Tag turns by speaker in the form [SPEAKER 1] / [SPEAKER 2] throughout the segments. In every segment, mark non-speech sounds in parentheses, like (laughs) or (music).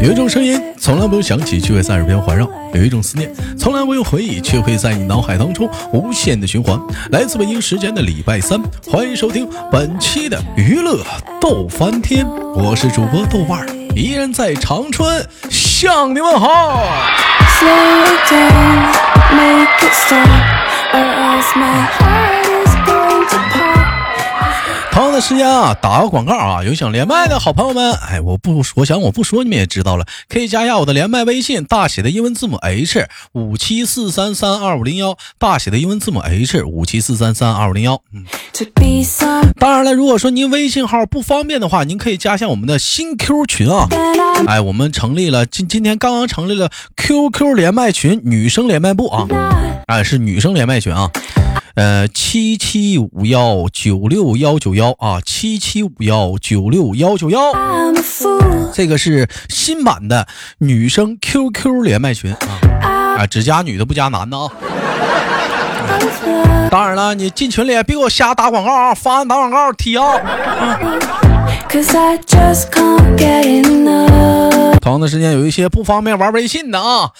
[SPEAKER 1] 有一种声音从来不用响起，却会在耳边环绕；有一种思念从来不用回忆，却会在你脑海当中无限的循环。来自北京时间的礼拜三，欢迎收听本期的娱乐逗翻天，我是主播豆瓣儿，依然在长春向你问好。
[SPEAKER 2] Slow it down, make it stop, or else my heart is going to pop.
[SPEAKER 1] 同样的时间啊，打个广告啊，有想连麦的好朋友们，哎，我不，我想我不说你们也知道了，可以加一下我的连麦微信，大写的英文字母 H 五七四三三二五零幺，大写的英文字母 H 五七四三三二五零幺。嗯
[SPEAKER 2] To be something
[SPEAKER 1] 当然了，如果说您微信号不方便的话，您可以加一下我们的新 Q 群啊。
[SPEAKER 2] I'm
[SPEAKER 1] 哎，我们成立了，今今天刚刚成立了 QQ 连麦群，女生连麦部啊。
[SPEAKER 2] not.
[SPEAKER 1] 啊，是女生连麦群啊，呃，七七五幺九六幺九幺啊，七七五幺九六幺九幺，
[SPEAKER 2] I'm a fool.
[SPEAKER 1] 这个是新版的女生 QQ 连麦群啊，
[SPEAKER 2] Out
[SPEAKER 1] 啊，只加女的不加男的啊。
[SPEAKER 2] of love,
[SPEAKER 1] 当然了，你进群里别给我瞎打广告啊，发完打广告踢啊。
[SPEAKER 2] cause I just can't get enough.
[SPEAKER 1] 同样的时间，有一些不方便玩微信的啊，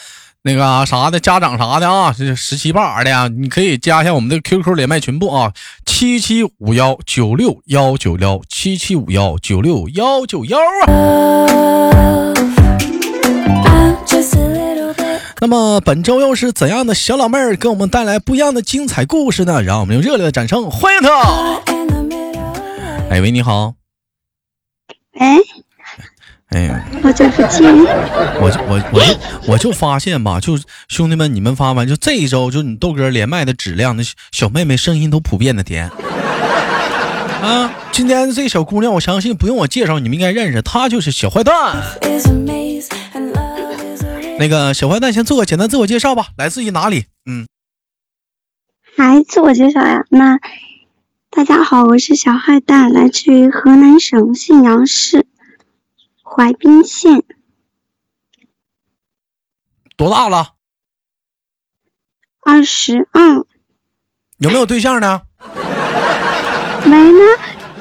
[SPEAKER 1] 那个啊啥的家长啥的啊，这十七八的呀、你可以加一下我们的 QQ 连麦群部啊，七七五幺九六幺九幺，七七五幺九六幺九幺啊。
[SPEAKER 2] I'm just a little bit.
[SPEAKER 1] 那么本周又是怎样的小老妹儿给我们带来不一样的精彩故事呢？让我们用热烈的掌声欢迎她！
[SPEAKER 2] caught in the middle.
[SPEAKER 1] 哎喂，你好，
[SPEAKER 3] 哎，
[SPEAKER 1] 哎，
[SPEAKER 3] 好久不见，
[SPEAKER 1] 我就我我就我就发现吧，就是兄弟们，你们发完就这一周，就你豆哥连麦的质量，那小小妹妹声音都普遍的甜。啊，今天这小姑娘，我相信不用我介绍，你们应该认识，她就是小坏蛋。
[SPEAKER 2] Is a maze and love is a riddle.
[SPEAKER 1] 那个小坏蛋，先做个简单自我介绍吧，来自于哪里？嗯，
[SPEAKER 3] 还自我介绍呀？那大家好，我是小坏蛋，来自于河南省信阳市怀滨县，
[SPEAKER 1] 多大了？
[SPEAKER 3] 二十二。
[SPEAKER 1] 有没有对象呢？
[SPEAKER 3] 没呢，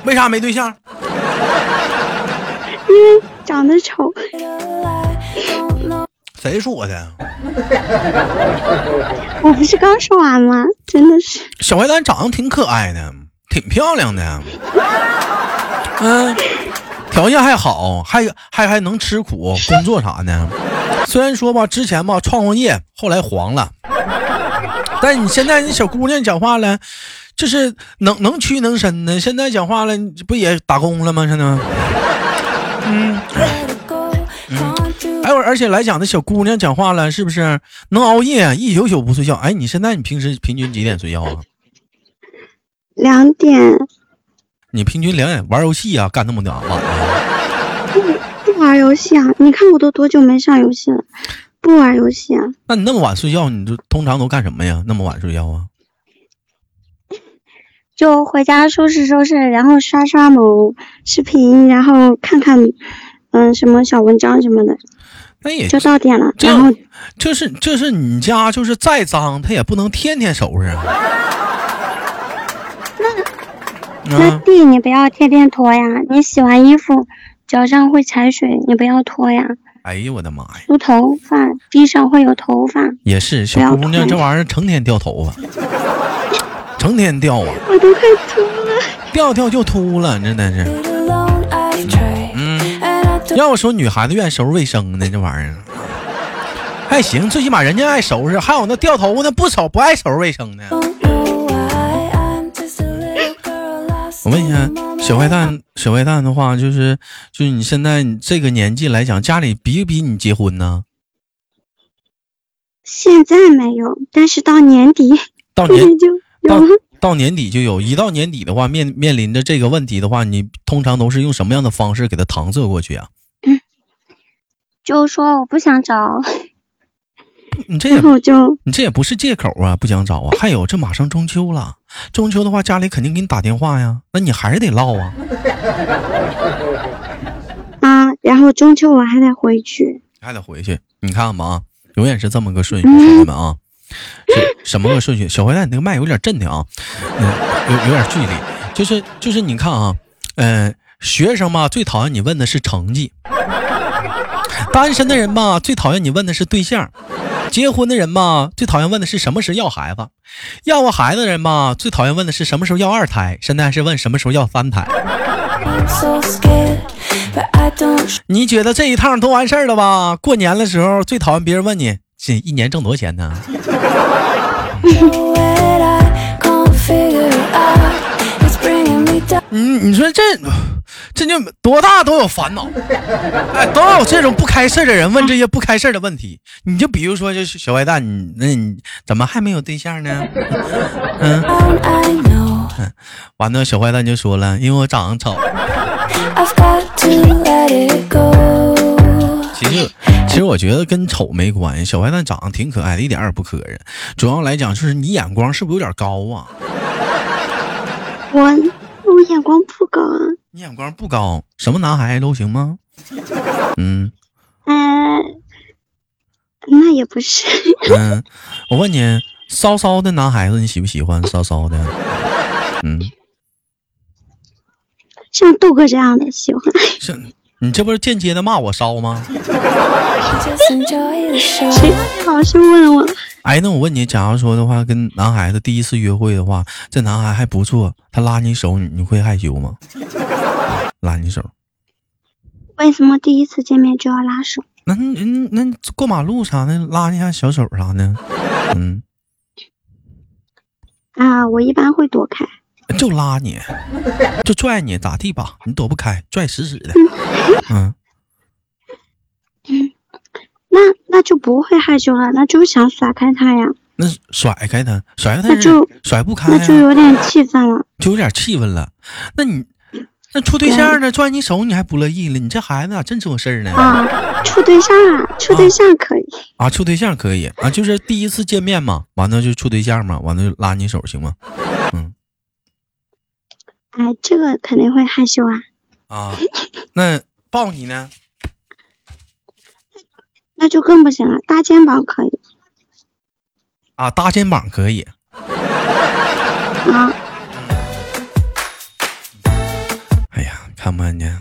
[SPEAKER 1] 为啥没对象？
[SPEAKER 3] 因为长得丑，
[SPEAKER 2] I don't know
[SPEAKER 1] 谁说的？
[SPEAKER 3] 我不是刚说完吗？真的是，
[SPEAKER 1] 小坏蛋长得挺可爱的，挺漂亮的，嗯、条件还好，还还还能吃苦，工作啥的。虽然说吧，之前吧创过业，后来黄了，但你现在你小姑娘讲话了，就是能能屈能伸的。现在讲话了，你不也打工了吗？现在，
[SPEAKER 2] where to go. Gone through
[SPEAKER 1] 哎，我而且来讲，这小姑娘讲话了，是不是能熬夜，一宿宿不睡觉？哎，你现在你平时平均几点睡觉啊？
[SPEAKER 3] 两点
[SPEAKER 1] 你平均两点玩游戏啊，干那么点晚啊？
[SPEAKER 3] 不玩游戏啊？你看我都多久没上游戏了？不玩游戏啊？
[SPEAKER 1] 那你那么晚睡觉，你就通常都干什么呀？那么晚睡觉啊？
[SPEAKER 3] 就回家收拾收拾，然后刷刷某视频，然后看看，嗯，什么小文章什么的，
[SPEAKER 1] 那也
[SPEAKER 3] 就到点了。
[SPEAKER 1] 这
[SPEAKER 3] 然后
[SPEAKER 1] 样，这是这是你家就是再脏，他也不能天天收拾啊。
[SPEAKER 3] (laughs) 那
[SPEAKER 1] 啊，
[SPEAKER 3] 地你不要天天拖呀，你洗完衣服脚上会踩水，你不要拖呀。
[SPEAKER 1] 哎呦我的妈呀！
[SPEAKER 3] 梳头发地上会有头发，
[SPEAKER 1] 也是小姑娘这玩意儿成天掉头发，成天掉啊，
[SPEAKER 3] 我都快秃了。
[SPEAKER 1] 掉掉就秃了，真的是。
[SPEAKER 2] it alone, I try.
[SPEAKER 1] 嗯，
[SPEAKER 2] And I don't
[SPEAKER 1] 要我说女孩子愿意收拾卫生呢，这玩意儿 (laughs) 还行，最起码人家爱收拾。还有那掉头发那不收不爱收拾卫生的。
[SPEAKER 2] know why. I'm just a little girl lost.
[SPEAKER 1] 我问一
[SPEAKER 2] in
[SPEAKER 1] 下
[SPEAKER 2] the，moment.
[SPEAKER 1] 小坏蛋，小坏蛋的话，就是就是你现在你这个年纪来讲，家里逼不逼你结婚呢？
[SPEAKER 3] 现在没有，但是到年底
[SPEAKER 1] 到
[SPEAKER 3] 估
[SPEAKER 1] 年
[SPEAKER 3] 计就 (laughs) 有
[SPEAKER 1] 到
[SPEAKER 3] 了。
[SPEAKER 1] 到年底就有，一到年底的话，面面临着这个问题的话，你通常都是用什么样的方式给他搪塞过去啊？
[SPEAKER 3] 就说我不想找，
[SPEAKER 1] 你这也
[SPEAKER 3] 然后就
[SPEAKER 1] 你这也不是借口啊，不想找啊。还有，这马上中秋了，中秋的话，家里肯定给你打电话呀，那你还是得唠啊。
[SPEAKER 3] 啊，然后中秋我还得回去。
[SPEAKER 1] 还得回去。你看看吧啊，永远是这么个顺序，兄弟们啊，是什么个顺序？小坏蛋，你那个麦有点震的啊，嗯，有有点距离，就是就是呃你看啊，嗯、学生嘛最讨厌你问的是成绩。单身的人吧，最讨厌你问的是对象；结婚的人吧，最讨厌问的是什么时候要孩子；要过孩子的人吧，最讨厌问的是什么时候要二胎，现在是问什么时候要三胎。
[SPEAKER 2] I'm so scared, but I don't
[SPEAKER 1] 你觉得这一趟都完事儿了吧？过年的时候最讨厌别人问你这一年挣多少钱呢？
[SPEAKER 2] know it. I can't figure it out. It's bringing me down.
[SPEAKER 1] 你你说这这就多大都有烦恼， (laughs) 哎，都有这种不开事儿的人问这些不开事儿的问题。你就比如说，这小坏蛋，你那你怎么还没有对象呢？
[SPEAKER 2] I know
[SPEAKER 1] 完了，小坏蛋就说了，因为我长得丑。
[SPEAKER 2] I've got to let it go.
[SPEAKER 1] 其实，其实我觉得跟丑没关系，小坏蛋长得挺可爱的，一点儿也不磕碜。主要来讲就是你眼光是不是有点高啊？
[SPEAKER 3] 我我眼光不高啊，
[SPEAKER 1] 你眼光不高，什么男孩子都行吗？嗯
[SPEAKER 3] 呃，那也不是，
[SPEAKER 1] (laughs) 嗯，我问你，骚骚的男孩子你喜不喜欢？骚骚的， (laughs) 嗯，
[SPEAKER 3] 像豆哥这样的喜欢，
[SPEAKER 1] 这你这不是间接的骂我骚吗？
[SPEAKER 2] Just enjoy the show.
[SPEAKER 3] 谁
[SPEAKER 1] 哦
[SPEAKER 3] 老是问我？
[SPEAKER 1] 哎，那我问你，假如说的话，跟男孩子第一次约会的话，这男孩还不错，他拉你手，你你会害羞吗？ (laughs) 拉你手，
[SPEAKER 3] 为什么第一次见面就要拉手？
[SPEAKER 1] 那那那过马路啥的，拉一下小手啥的，嗯，
[SPEAKER 3] 啊，我一般会躲开。
[SPEAKER 1] 就拉你，就拽你，咋地吧？你躲不开，拽死死的， (laughs) 嗯。
[SPEAKER 3] 那那就不会害羞了，那就想甩开他呀，
[SPEAKER 1] 那甩开他，甩开他
[SPEAKER 3] 那
[SPEAKER 1] 是
[SPEAKER 3] 就
[SPEAKER 1] 甩不开、
[SPEAKER 3] 那
[SPEAKER 1] 啊，
[SPEAKER 3] 就有点气愤了。
[SPEAKER 1] 就有点气愤了。那你那处对象呢，拽你手你还不乐意了？你这孩子咋真惹事儿呢？
[SPEAKER 3] 啊，处对象啊，处对象可以，
[SPEAKER 1] 啊，处对象可以啊，就是第一次见面嘛，完了就处对象嘛，完了就拉你手行吗？
[SPEAKER 3] 哎，这个肯定会害羞啊，
[SPEAKER 1] 啊，那抱你呢？
[SPEAKER 3] 那就更不行了。搭肩膀可以
[SPEAKER 1] 啊，搭肩膀可以。
[SPEAKER 3] 啊，
[SPEAKER 1] 哎呀，看不看见？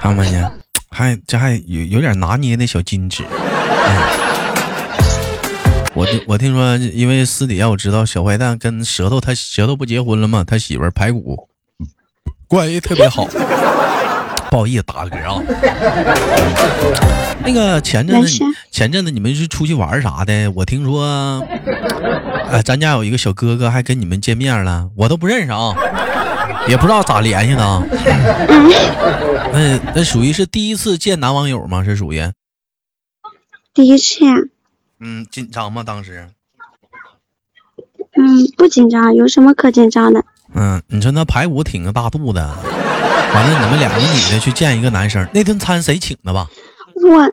[SPEAKER 1] 看不看见？还这还有有点拿捏的小矜持。哎我听我听说，因为私底下我知道小坏蛋跟舌头，他舌头不结婚了吗？他媳妇儿排骨关系特别好。不好意思，打个嗝
[SPEAKER 3] (laughs)
[SPEAKER 1] 啊。那个前阵
[SPEAKER 3] 没
[SPEAKER 1] 子
[SPEAKER 3] 事
[SPEAKER 1] 你前阵子你们是出去玩儿啥的？我听说，呃，咱家有一个小哥哥还跟你们见面了，我都不认识啊，也不知道咋联系的啊。
[SPEAKER 3] 嗯
[SPEAKER 1] (laughs) 那那属于是第一次见男网友吗？是属于
[SPEAKER 3] 第一次呀、
[SPEAKER 1] 嗯紧张吗？当时
[SPEAKER 3] 嗯，不紧张，有什么可紧张的？
[SPEAKER 1] 嗯，你说那排骨挺个大肚子，啊完了你们两个女的去见一个男生，那顿餐谁请的吧？
[SPEAKER 3] 我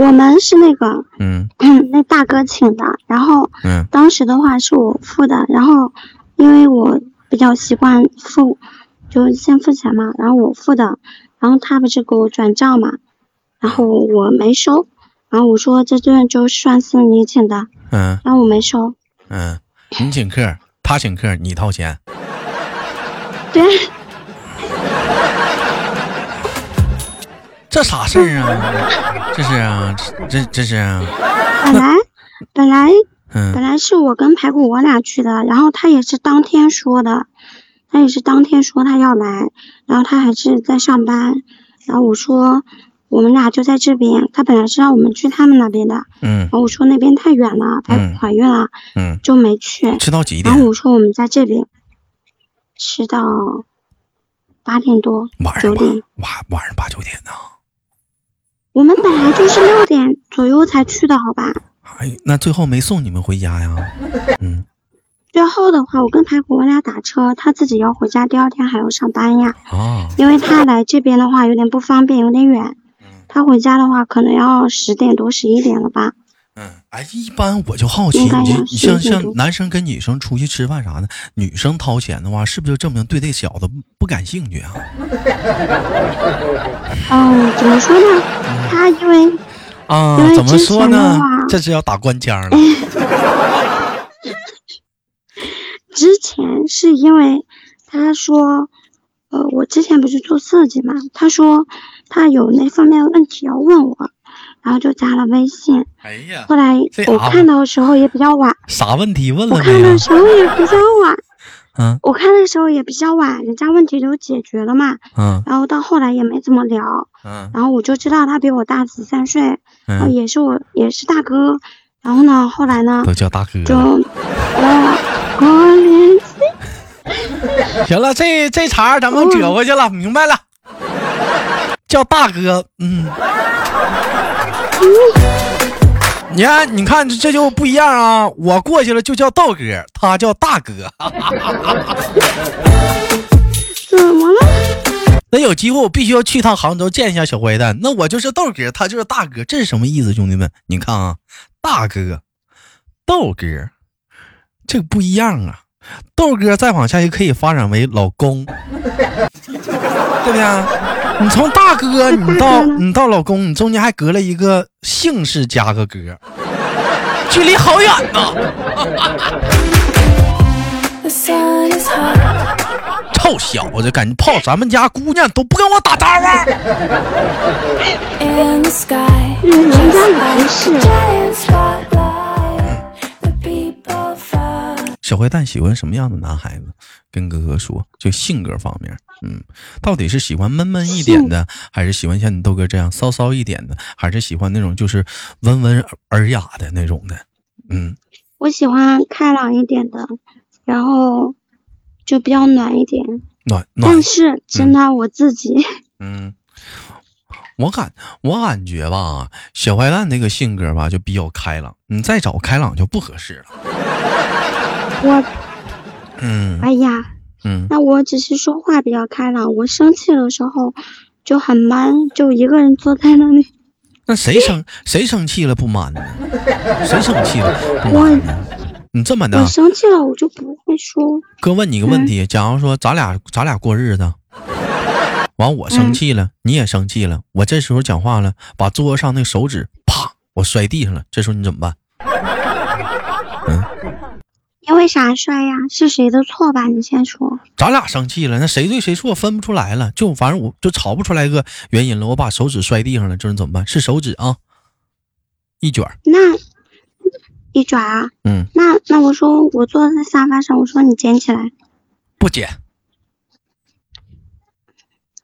[SPEAKER 3] 我们是那个 (clears throat)
[SPEAKER 1] 嗯
[SPEAKER 3] 那大哥请的，然后
[SPEAKER 1] 嗯
[SPEAKER 3] 当时的话是我付的，然后因为我比较习惯付，就先付钱嘛，然后我付的，然后他不是给我转账嘛，然后我没收，然后我说这顿就算是你请的，
[SPEAKER 1] 嗯
[SPEAKER 3] 然后我没收，
[SPEAKER 1] 嗯，你请客，他请客，你掏钱。
[SPEAKER 3] 对，
[SPEAKER 1] 这啥事儿啊？这是啊，这这这是啊，
[SPEAKER 3] 本来本来本
[SPEAKER 1] 嗯
[SPEAKER 3] 来是我跟排骨我俩去的，然后他也是当天说的，他也是当天说他要来，然后他还是在上班，然后我说我们俩就在这边，他本来是让我们去他们那边的，
[SPEAKER 1] 嗯
[SPEAKER 3] 然后我说那边太远了，排
[SPEAKER 1] 嗯
[SPEAKER 3] 骨怀孕了
[SPEAKER 1] 嗯，
[SPEAKER 3] 就没去，
[SPEAKER 1] 吃到几点
[SPEAKER 3] 然？后我说我们在这边，吃到八点多
[SPEAKER 1] 晚上
[SPEAKER 3] 九
[SPEAKER 1] 吧
[SPEAKER 3] 点，，
[SPEAKER 1] 晚晚上八九点呢？
[SPEAKER 3] 我们本来就是六点左右才去的，好吧？
[SPEAKER 1] 哎，那最后没送你们回家呀？嗯，
[SPEAKER 3] 最后的话，我跟排骨我俩打车，他自己要回家，第二天还要上班呀。
[SPEAKER 1] 啊，
[SPEAKER 3] 因为他来这边的话有点不方便，有点远。
[SPEAKER 1] 嗯
[SPEAKER 3] 他回家的话可能要十点多、十一点了吧？
[SPEAKER 1] 嗯，哎，一般我就好奇，
[SPEAKER 3] 应该
[SPEAKER 1] 你
[SPEAKER 3] 呀
[SPEAKER 1] 你像
[SPEAKER 3] 是这
[SPEAKER 1] 像
[SPEAKER 3] 种
[SPEAKER 1] 男生跟女生出去吃饭啥的，女生掏钱的话，是不是就证明对这小子不感兴趣啊？
[SPEAKER 3] 嗯，怎么说呢？他因为因
[SPEAKER 1] 啊，
[SPEAKER 3] 为
[SPEAKER 1] 怎么
[SPEAKER 3] 之
[SPEAKER 1] 说
[SPEAKER 3] 前的
[SPEAKER 1] 呢
[SPEAKER 3] 话？
[SPEAKER 1] 这是要打官腔
[SPEAKER 3] (laughs)
[SPEAKER 1] 了。
[SPEAKER 3] 之前是因为他说呃，我之前不是做设计嘛，他说他有那方面问题要问我，然后就加了微信。
[SPEAKER 1] 哎呀
[SPEAKER 3] 后，来
[SPEAKER 1] 这
[SPEAKER 3] 我
[SPEAKER 1] 啊
[SPEAKER 3] 看到的时候也比较晚，
[SPEAKER 1] 啥问题问
[SPEAKER 3] 我
[SPEAKER 1] 了
[SPEAKER 3] 看
[SPEAKER 1] 没
[SPEAKER 3] 的
[SPEAKER 1] 有？
[SPEAKER 3] 时候也比较晚，
[SPEAKER 1] 嗯
[SPEAKER 3] 我看的时候也比较晚，人家问题都解决了嘛，
[SPEAKER 1] 嗯
[SPEAKER 3] 然后到后来也没怎么聊，
[SPEAKER 1] 嗯
[SPEAKER 3] 然后我就知道他比我大十三岁，然后
[SPEAKER 1] 嗯，
[SPEAKER 3] 也是我也是大哥，然后呢，后来呢
[SPEAKER 1] 都叫大哥
[SPEAKER 3] 就
[SPEAKER 1] 了。
[SPEAKER 3] 我我联系
[SPEAKER 1] 行了，这这茬儿咱
[SPEAKER 3] 嗯
[SPEAKER 1] 们折过去了，明白了。叫大哥，嗯。
[SPEAKER 3] 嗯
[SPEAKER 1] 你看，你看，这就不一样啊！我过去了就叫道哥，他叫大哥。
[SPEAKER 3] 怎么了？
[SPEAKER 1] 那有机会我必须要去趟杭州见一下小坏蛋。那我就是豆哥，他就是大哥，这是什么意思，兄弟们？你看啊，大哥、豆哥，这不一样啊。豆哥再往下就可以发展为老公，对不对啊？你从大哥，你到你到老公，你中间还隔了一个姓氏加个哥，距离好远呐、
[SPEAKER 2] The sun is hot.
[SPEAKER 1] 臭小子，感觉泡咱们家姑娘都不跟我打招呼。
[SPEAKER 2] in the sky.
[SPEAKER 3] Mm,
[SPEAKER 2] Just
[SPEAKER 3] yeah,
[SPEAKER 2] like
[SPEAKER 3] you should.
[SPEAKER 2] a giant spotlight. The people fall.
[SPEAKER 1] 小坏蛋喜欢什么样的男孩子？跟哥哥说，就性格方面，嗯，到底是喜欢闷闷一点的，还是喜欢像你豆哥这样骚骚一点的，还是喜欢那种就是温文尔雅的那种的？嗯，
[SPEAKER 3] 我喜欢开朗一点的，然后就比较暖一点。
[SPEAKER 1] 暖暖
[SPEAKER 3] 但，是真的我自己，
[SPEAKER 1] 嗯，我感我感觉吧，小坏蛋那个性格吧就比较开朗，你再找开朗就不合适了。
[SPEAKER 3] 我
[SPEAKER 1] 嗯
[SPEAKER 3] 哎呀，
[SPEAKER 1] 嗯，
[SPEAKER 3] 那我只是说话比较开朗，我生气的时候就很闷，就一个人坐在那里。
[SPEAKER 1] 那谁生谁生气了不满呢？谁生气了不满呢？你这么的
[SPEAKER 3] 我
[SPEAKER 1] 啊，
[SPEAKER 3] 生气了，我就不会说。
[SPEAKER 1] 哥问你个问
[SPEAKER 3] 嗯
[SPEAKER 1] 题，假如说咱俩咱俩过日子，完我生气
[SPEAKER 3] 嗯
[SPEAKER 1] 了，你也生气了，我这时候讲话了，把桌子上那手指啪我摔地上了，这时候你怎么办？
[SPEAKER 3] 因为啥摔呀？是谁的错吧？你先说。
[SPEAKER 1] 咱俩生气了，那谁对谁错分不出来了，就反正我就吵不出来个原因了。我把手指摔地上了，这人怎么办？是手指啊，一卷儿，
[SPEAKER 3] 那一爪啊，
[SPEAKER 1] 嗯，
[SPEAKER 3] 那那我说我坐在沙发上，我说你捡起来，
[SPEAKER 1] 不捡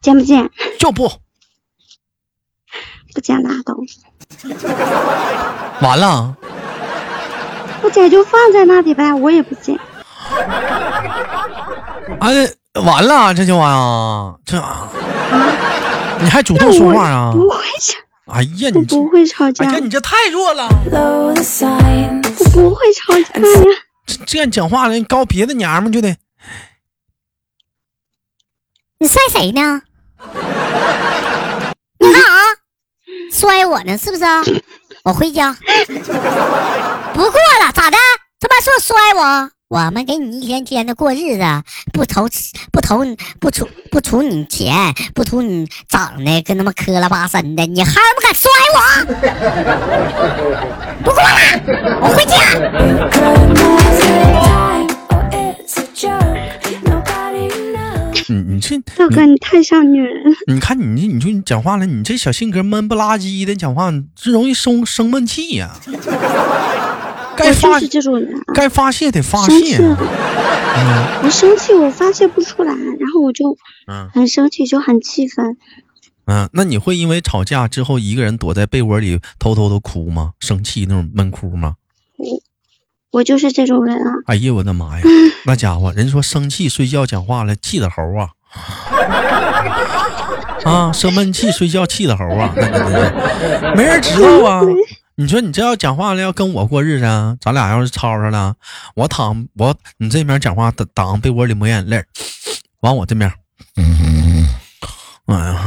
[SPEAKER 3] 捡不捡？
[SPEAKER 1] 就不
[SPEAKER 3] 不捡拉倒，
[SPEAKER 1] 完了。
[SPEAKER 3] 不捡就放在那里呗，我也不捡。
[SPEAKER 1] 哎，完了，这就啊，这啊，你还主动说话啊
[SPEAKER 3] 我？不会吵，
[SPEAKER 1] 哎呀，
[SPEAKER 3] 我
[SPEAKER 1] 你这
[SPEAKER 3] 不会吵架，
[SPEAKER 1] 哎呀，你这太弱了！
[SPEAKER 2] Low the signs.
[SPEAKER 3] 我不会吵
[SPEAKER 1] 哎
[SPEAKER 3] 架呀。
[SPEAKER 1] 这这样讲话了，你告别的娘们就得
[SPEAKER 4] 你摔谁呢？你干啥？摔我呢？是不是啊？我回家。不过了，咋的？他妈说摔我，我们给你一天天的过日子，不投不投不出不出你钱，不图你长得跟他妈磕了巴碜的，你还他妈敢摔我？不过了，我回家。
[SPEAKER 2] Goodness, it's time. Oh, it's a joke. Nobody knows.
[SPEAKER 1] (laughs) 你你这
[SPEAKER 3] 豆哥，你太像女人了。
[SPEAKER 1] 你看你这你就你讲话了，你这小性格闷不拉几的，讲话你这容易生生闷气 (laughs) 呀、该
[SPEAKER 3] 我就
[SPEAKER 1] 发
[SPEAKER 3] 是这种人啊，
[SPEAKER 1] 该发泄得发
[SPEAKER 3] 生
[SPEAKER 1] 泄啊
[SPEAKER 3] 气，了，我生气我发泄不出来，然后我就
[SPEAKER 1] 嗯
[SPEAKER 3] 很生气，就很气愤。
[SPEAKER 1] 嗯，那你会因为吵架之后一个人躲在被窝里偷偷的哭吗？生气那种闷哭吗？
[SPEAKER 3] 我就是这种人啊，
[SPEAKER 1] 哎呀，我的妈呀， (laughs) 那家伙，人说生气睡觉讲话了，气的猴啊！啊，生闷气睡觉气的猴啊，那真是没人知道啊！你说你这要讲话了，要跟我过日子，啊，咱俩要是吵吵了，我躺我你这边讲话挡挡被窝里抹眼泪儿，完我这边，哎呀，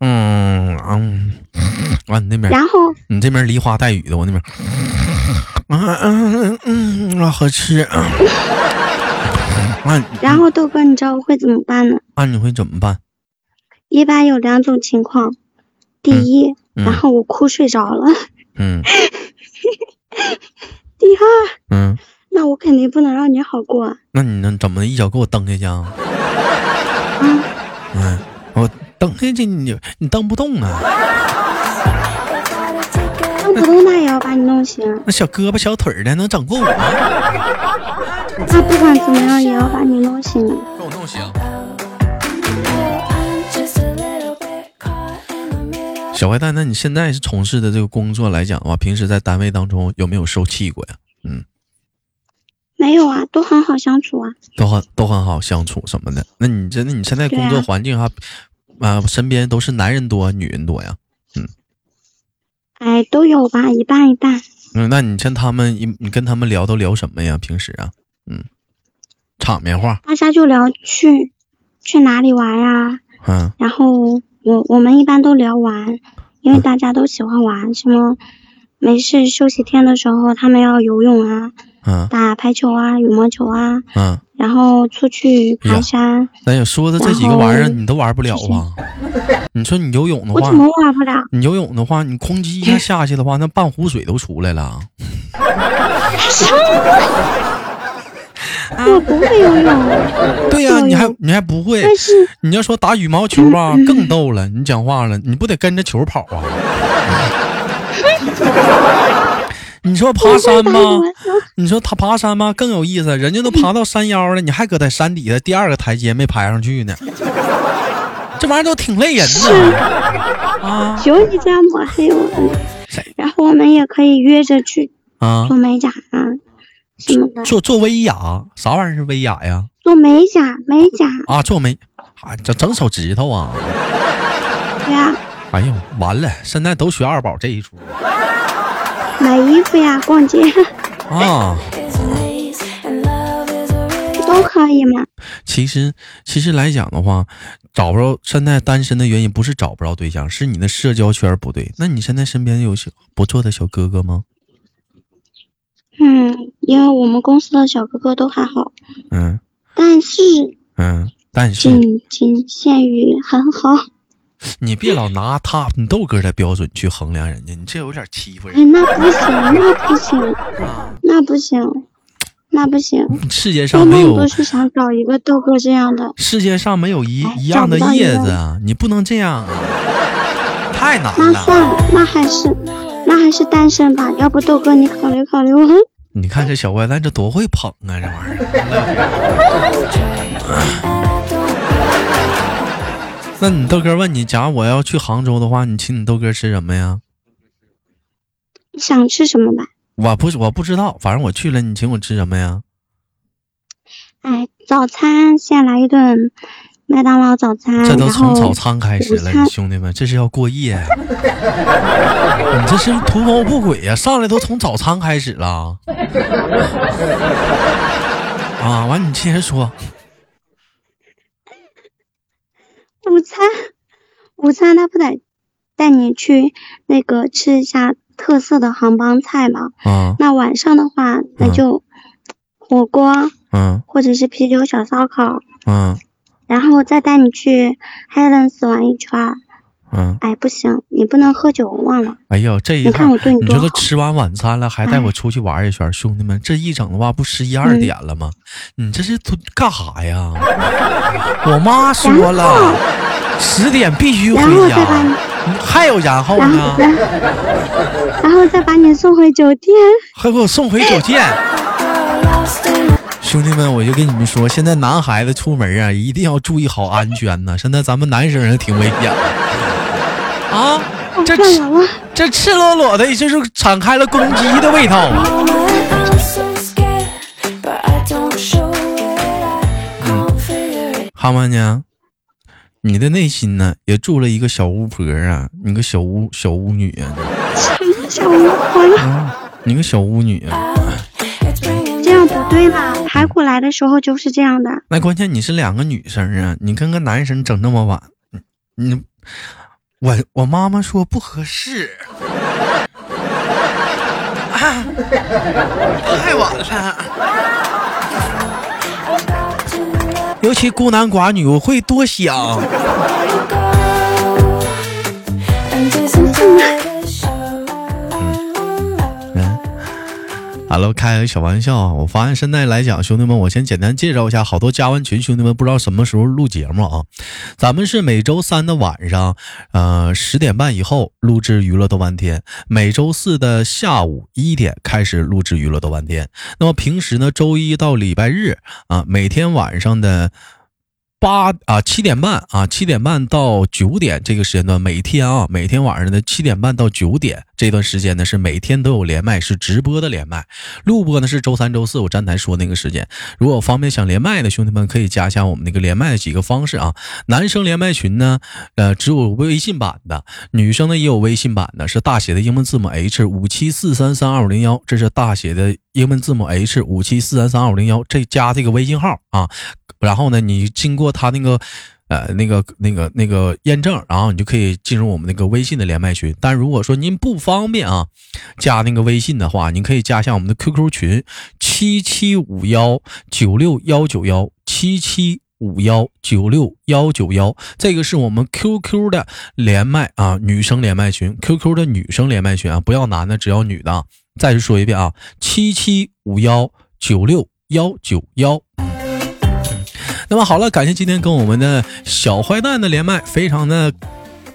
[SPEAKER 1] 嗯嗯，完你那边。
[SPEAKER 3] 然后
[SPEAKER 1] 你嗯这边梨花带雨的，我那边，啊嗯嗯嗯，好吃。 (laughs) 啊，你
[SPEAKER 3] 然后豆哥，你知道我会怎么办呢？
[SPEAKER 1] 啊，你会怎么办？
[SPEAKER 3] 一般有两种情况，第一，
[SPEAKER 1] 嗯
[SPEAKER 3] 然后我哭睡着了；
[SPEAKER 1] 嗯
[SPEAKER 3] 第二，
[SPEAKER 1] 嗯
[SPEAKER 3] (laughs) 那我肯定不能让你好过啊。
[SPEAKER 1] 那你能怎么一脚给我蹬下去啊？嗯，我蹬下去你你蹬不动啊，
[SPEAKER 3] 弄不动那也要把你弄醒，啊
[SPEAKER 1] 那小胳膊小腿儿的能整过我吗？
[SPEAKER 3] 那不管怎么样也要把你弄醒。啊
[SPEAKER 1] 给我弄行。小坏蛋，那你现在是从事的这个工作来讲的话，平时在单位当中有没有受气过呀？嗯，
[SPEAKER 3] 没有啊，都很好相处啊。
[SPEAKER 1] 都很都很好相处什么的。那你真的你现在工
[SPEAKER 3] 对
[SPEAKER 1] 作
[SPEAKER 3] 啊
[SPEAKER 1] 环境哈，啊、身边都是男人多女人多呀？
[SPEAKER 3] 哎，都有吧，一半一半。
[SPEAKER 1] 嗯，那你像他们，你你跟他们聊都聊什么呀？平时啊，嗯，场面话，
[SPEAKER 3] 大家就聊去去哪里玩呀、
[SPEAKER 1] 嗯
[SPEAKER 3] 然后我我们一般都聊玩，因为大家都喜欢玩，什么没事休息天的时候，他们要游泳啊，
[SPEAKER 1] 嗯
[SPEAKER 3] 打排球啊，羽毛球啊，
[SPEAKER 1] 嗯，
[SPEAKER 3] 然后出去
[SPEAKER 1] 哎呀
[SPEAKER 3] 爬山。
[SPEAKER 1] 咱也说的这几个玩意儿
[SPEAKER 3] 然后
[SPEAKER 1] 你都玩不了啊。你说你游泳的
[SPEAKER 3] 我
[SPEAKER 1] 话
[SPEAKER 3] 怎，么玩不了？
[SPEAKER 1] 你游泳的话，你空击一下下去的话，那半壶水都出来了。啊
[SPEAKER 3] 我不会游泳，
[SPEAKER 1] (laughs) 对呀、
[SPEAKER 3] 对
[SPEAKER 1] 你还你还不会，
[SPEAKER 3] 但是
[SPEAKER 1] 你要说打羽毛球吧，
[SPEAKER 3] 嗯
[SPEAKER 1] 更逗了。你讲话了，你不得跟着球跑
[SPEAKER 3] (laughs)
[SPEAKER 1] 啊？你说爬山
[SPEAKER 3] 打羽
[SPEAKER 1] 吧，
[SPEAKER 3] 毛球
[SPEAKER 1] 你说他爬山吧更有意思，人家都爬到山腰了，你还搁在山底下第二个台阶没爬上去呢，这玩意儿都挺累人的。啊
[SPEAKER 3] 有你这样抹黑我
[SPEAKER 1] 谁。
[SPEAKER 3] 然后我们也可以约着去
[SPEAKER 1] 啊
[SPEAKER 3] 做！美甲啊，什么的。
[SPEAKER 1] 做做威亚，啥玩意儿是威亚呀？
[SPEAKER 3] 做美甲，美甲，
[SPEAKER 1] 啊，做没啊，整整手指头啊！
[SPEAKER 3] 对呀，
[SPEAKER 1] 哎呀，完了，现在都学二宝这一出
[SPEAKER 3] 买衣服呀，逛街 (laughs)
[SPEAKER 1] 啊。
[SPEAKER 3] 都可以嘛。
[SPEAKER 1] 其实，其实来讲的话，找不着现在单身的原因不是找不着对象，是你的社交圈不对。那你现在身边有小不错的小哥哥吗？
[SPEAKER 3] 嗯，因为我们公司的小哥哥都还好，
[SPEAKER 1] 嗯
[SPEAKER 3] 但是
[SPEAKER 1] 嗯，但是
[SPEAKER 3] 仅仅限于很好。
[SPEAKER 1] 你别老拿他你豆哥的标准去衡量人家，你这有点欺负
[SPEAKER 3] 哎，
[SPEAKER 1] 人。
[SPEAKER 3] 那不行，那不行，
[SPEAKER 1] 啊
[SPEAKER 3] 那不行，那不行。
[SPEAKER 1] 世界
[SPEAKER 3] 做
[SPEAKER 1] 上没
[SPEAKER 3] 嗯梦都
[SPEAKER 1] 有
[SPEAKER 3] 是想找一个豆哥这样的，
[SPEAKER 1] 世界上没有一
[SPEAKER 3] 哎
[SPEAKER 1] 一样的
[SPEAKER 3] 找不到一
[SPEAKER 1] 叶
[SPEAKER 3] 样
[SPEAKER 1] 子啊，你不能这样啊，太难
[SPEAKER 3] 那
[SPEAKER 1] 了。
[SPEAKER 3] 算了，那还是那还是单身吧。要不豆哥你考虑考虑我。
[SPEAKER 1] 你看这小坏蛋这多会捧啊，这玩意儿。 (laughs) 那你豆哥问你，假如我要去杭州的话，你请你豆哥吃什么呀？
[SPEAKER 3] 想吃什么吧？
[SPEAKER 1] 我不我不知道，反正我去了，你请我吃什么呀？
[SPEAKER 3] 哎，早餐先来一顿麦当劳早餐，
[SPEAKER 1] 这都
[SPEAKER 3] 然
[SPEAKER 1] 从
[SPEAKER 3] 后
[SPEAKER 1] 早餐开始了，
[SPEAKER 3] 午餐
[SPEAKER 1] 你兄弟们，这是要过夜 (laughs) 呀、你这是图谋不轨呀、上来都从早餐开始了。 (laughs) 啊，完你接着说，
[SPEAKER 3] 午餐，午餐他不得带你去那个吃一下特色的杭帮菜吗？
[SPEAKER 1] 啊，
[SPEAKER 3] 那晚上的话，那
[SPEAKER 1] 嗯
[SPEAKER 3] 就火锅
[SPEAKER 1] 嗯
[SPEAKER 3] 或者是啤酒小烧烤，
[SPEAKER 1] 嗯
[SPEAKER 3] 然后再带你去 Highlands 玩一圈儿。
[SPEAKER 1] 嗯，
[SPEAKER 3] 哎，不行，你不能喝酒，我忘了。
[SPEAKER 1] 哎呦，这一
[SPEAKER 3] 你看
[SPEAKER 1] 趟
[SPEAKER 3] 我对你
[SPEAKER 1] 你
[SPEAKER 3] 多
[SPEAKER 1] 说
[SPEAKER 3] 好哎
[SPEAKER 1] 这，吃完晚餐了，还带我出去玩一圈，兄弟们，这一整的话不十一
[SPEAKER 3] 嗯
[SPEAKER 1] 二点了吗？你这是图干啥呀？我妈说了，十点必须回
[SPEAKER 3] 然后
[SPEAKER 1] 家嗯
[SPEAKER 3] 再把你，
[SPEAKER 1] 还有然后
[SPEAKER 3] 然
[SPEAKER 1] 呢
[SPEAKER 3] 后？然后然后再把你送回酒店。
[SPEAKER 1] 还给我送回酒店。兄弟们，我就跟你们说，现在男孩子出门啊，一定要注意好安全呐、现在咱们男生人挺危险的啊，
[SPEAKER 3] 我
[SPEAKER 1] 这
[SPEAKER 3] 看
[SPEAKER 1] 赤
[SPEAKER 3] 着了，
[SPEAKER 1] 这赤裸裸的，就是敞开了公鸡的味道啊！哈曼呢？你的内心呢，也住了一个小巫婆啊，你个小巫小巫女啊，
[SPEAKER 3] 小巫婆了，
[SPEAKER 1] 你个小巫女啊。
[SPEAKER 3] 这样不对啦。排骨来的时候就是这样的。
[SPEAKER 1] 那关键你是两个女生啊，你跟个男生整那么晚，你我我妈妈说不合适，啊太晚了。尤其孤男寡女，我会多想。嗯，好了，开个小玩笑啊！我发现现在来讲，兄弟们，我先简单介绍一下，好多加完群兄弟们不知道什么时候录节目啊。咱们是每周三的晚上，呃，十点半以后录制娱乐豆瓣天；每周四的下午一点开始录制娱乐豆瓣天。那么平时呢，周一到礼拜日啊，每天晚上的八啊七点半啊七点半到九点这个时间段，每天啊每天晚上的七点半到九点这段时间呢是每天都有连麦，是直播的连麦，录播呢是周三、周四我站台说那个时间。如果方便想连麦的兄弟们，可以加一下我们那个连麦的几个方式啊。男生连麦群呢，呃，只有微信版的，女生呢也有微信版的，是大写的英文字母 H 五七四三三二五零幺，这是大写的英文字母 H 五七四三三二五零幺，这加这个微信号啊。然后呢，你经过他那个。呃，那个、那个、那个验证，然后你就可以进入我们那个微信的连麦群。但如果说您不方便啊，加那个微信的话，您可以加一下我们的 QQ 群七七五幺九六幺九幺七七五幺九六幺九幺，这个是我们 QQ 的连麦啊，女生连麦群，QQ 的女生连麦群啊，不要男的，只要女的啊。再说一遍啊，七七五幺九六幺九幺。那么好了，感谢今天跟我们的小坏蛋的连麦，非常的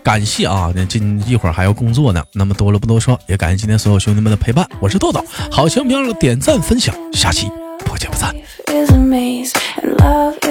[SPEAKER 1] 感谢啊！那今一会儿还要工作呢，那么多了不多说，也感谢今天所有兄弟们的陪伴，我是豆豆，好情别忘了点赞分享，下期不见不散。
[SPEAKER 2] is a maze and love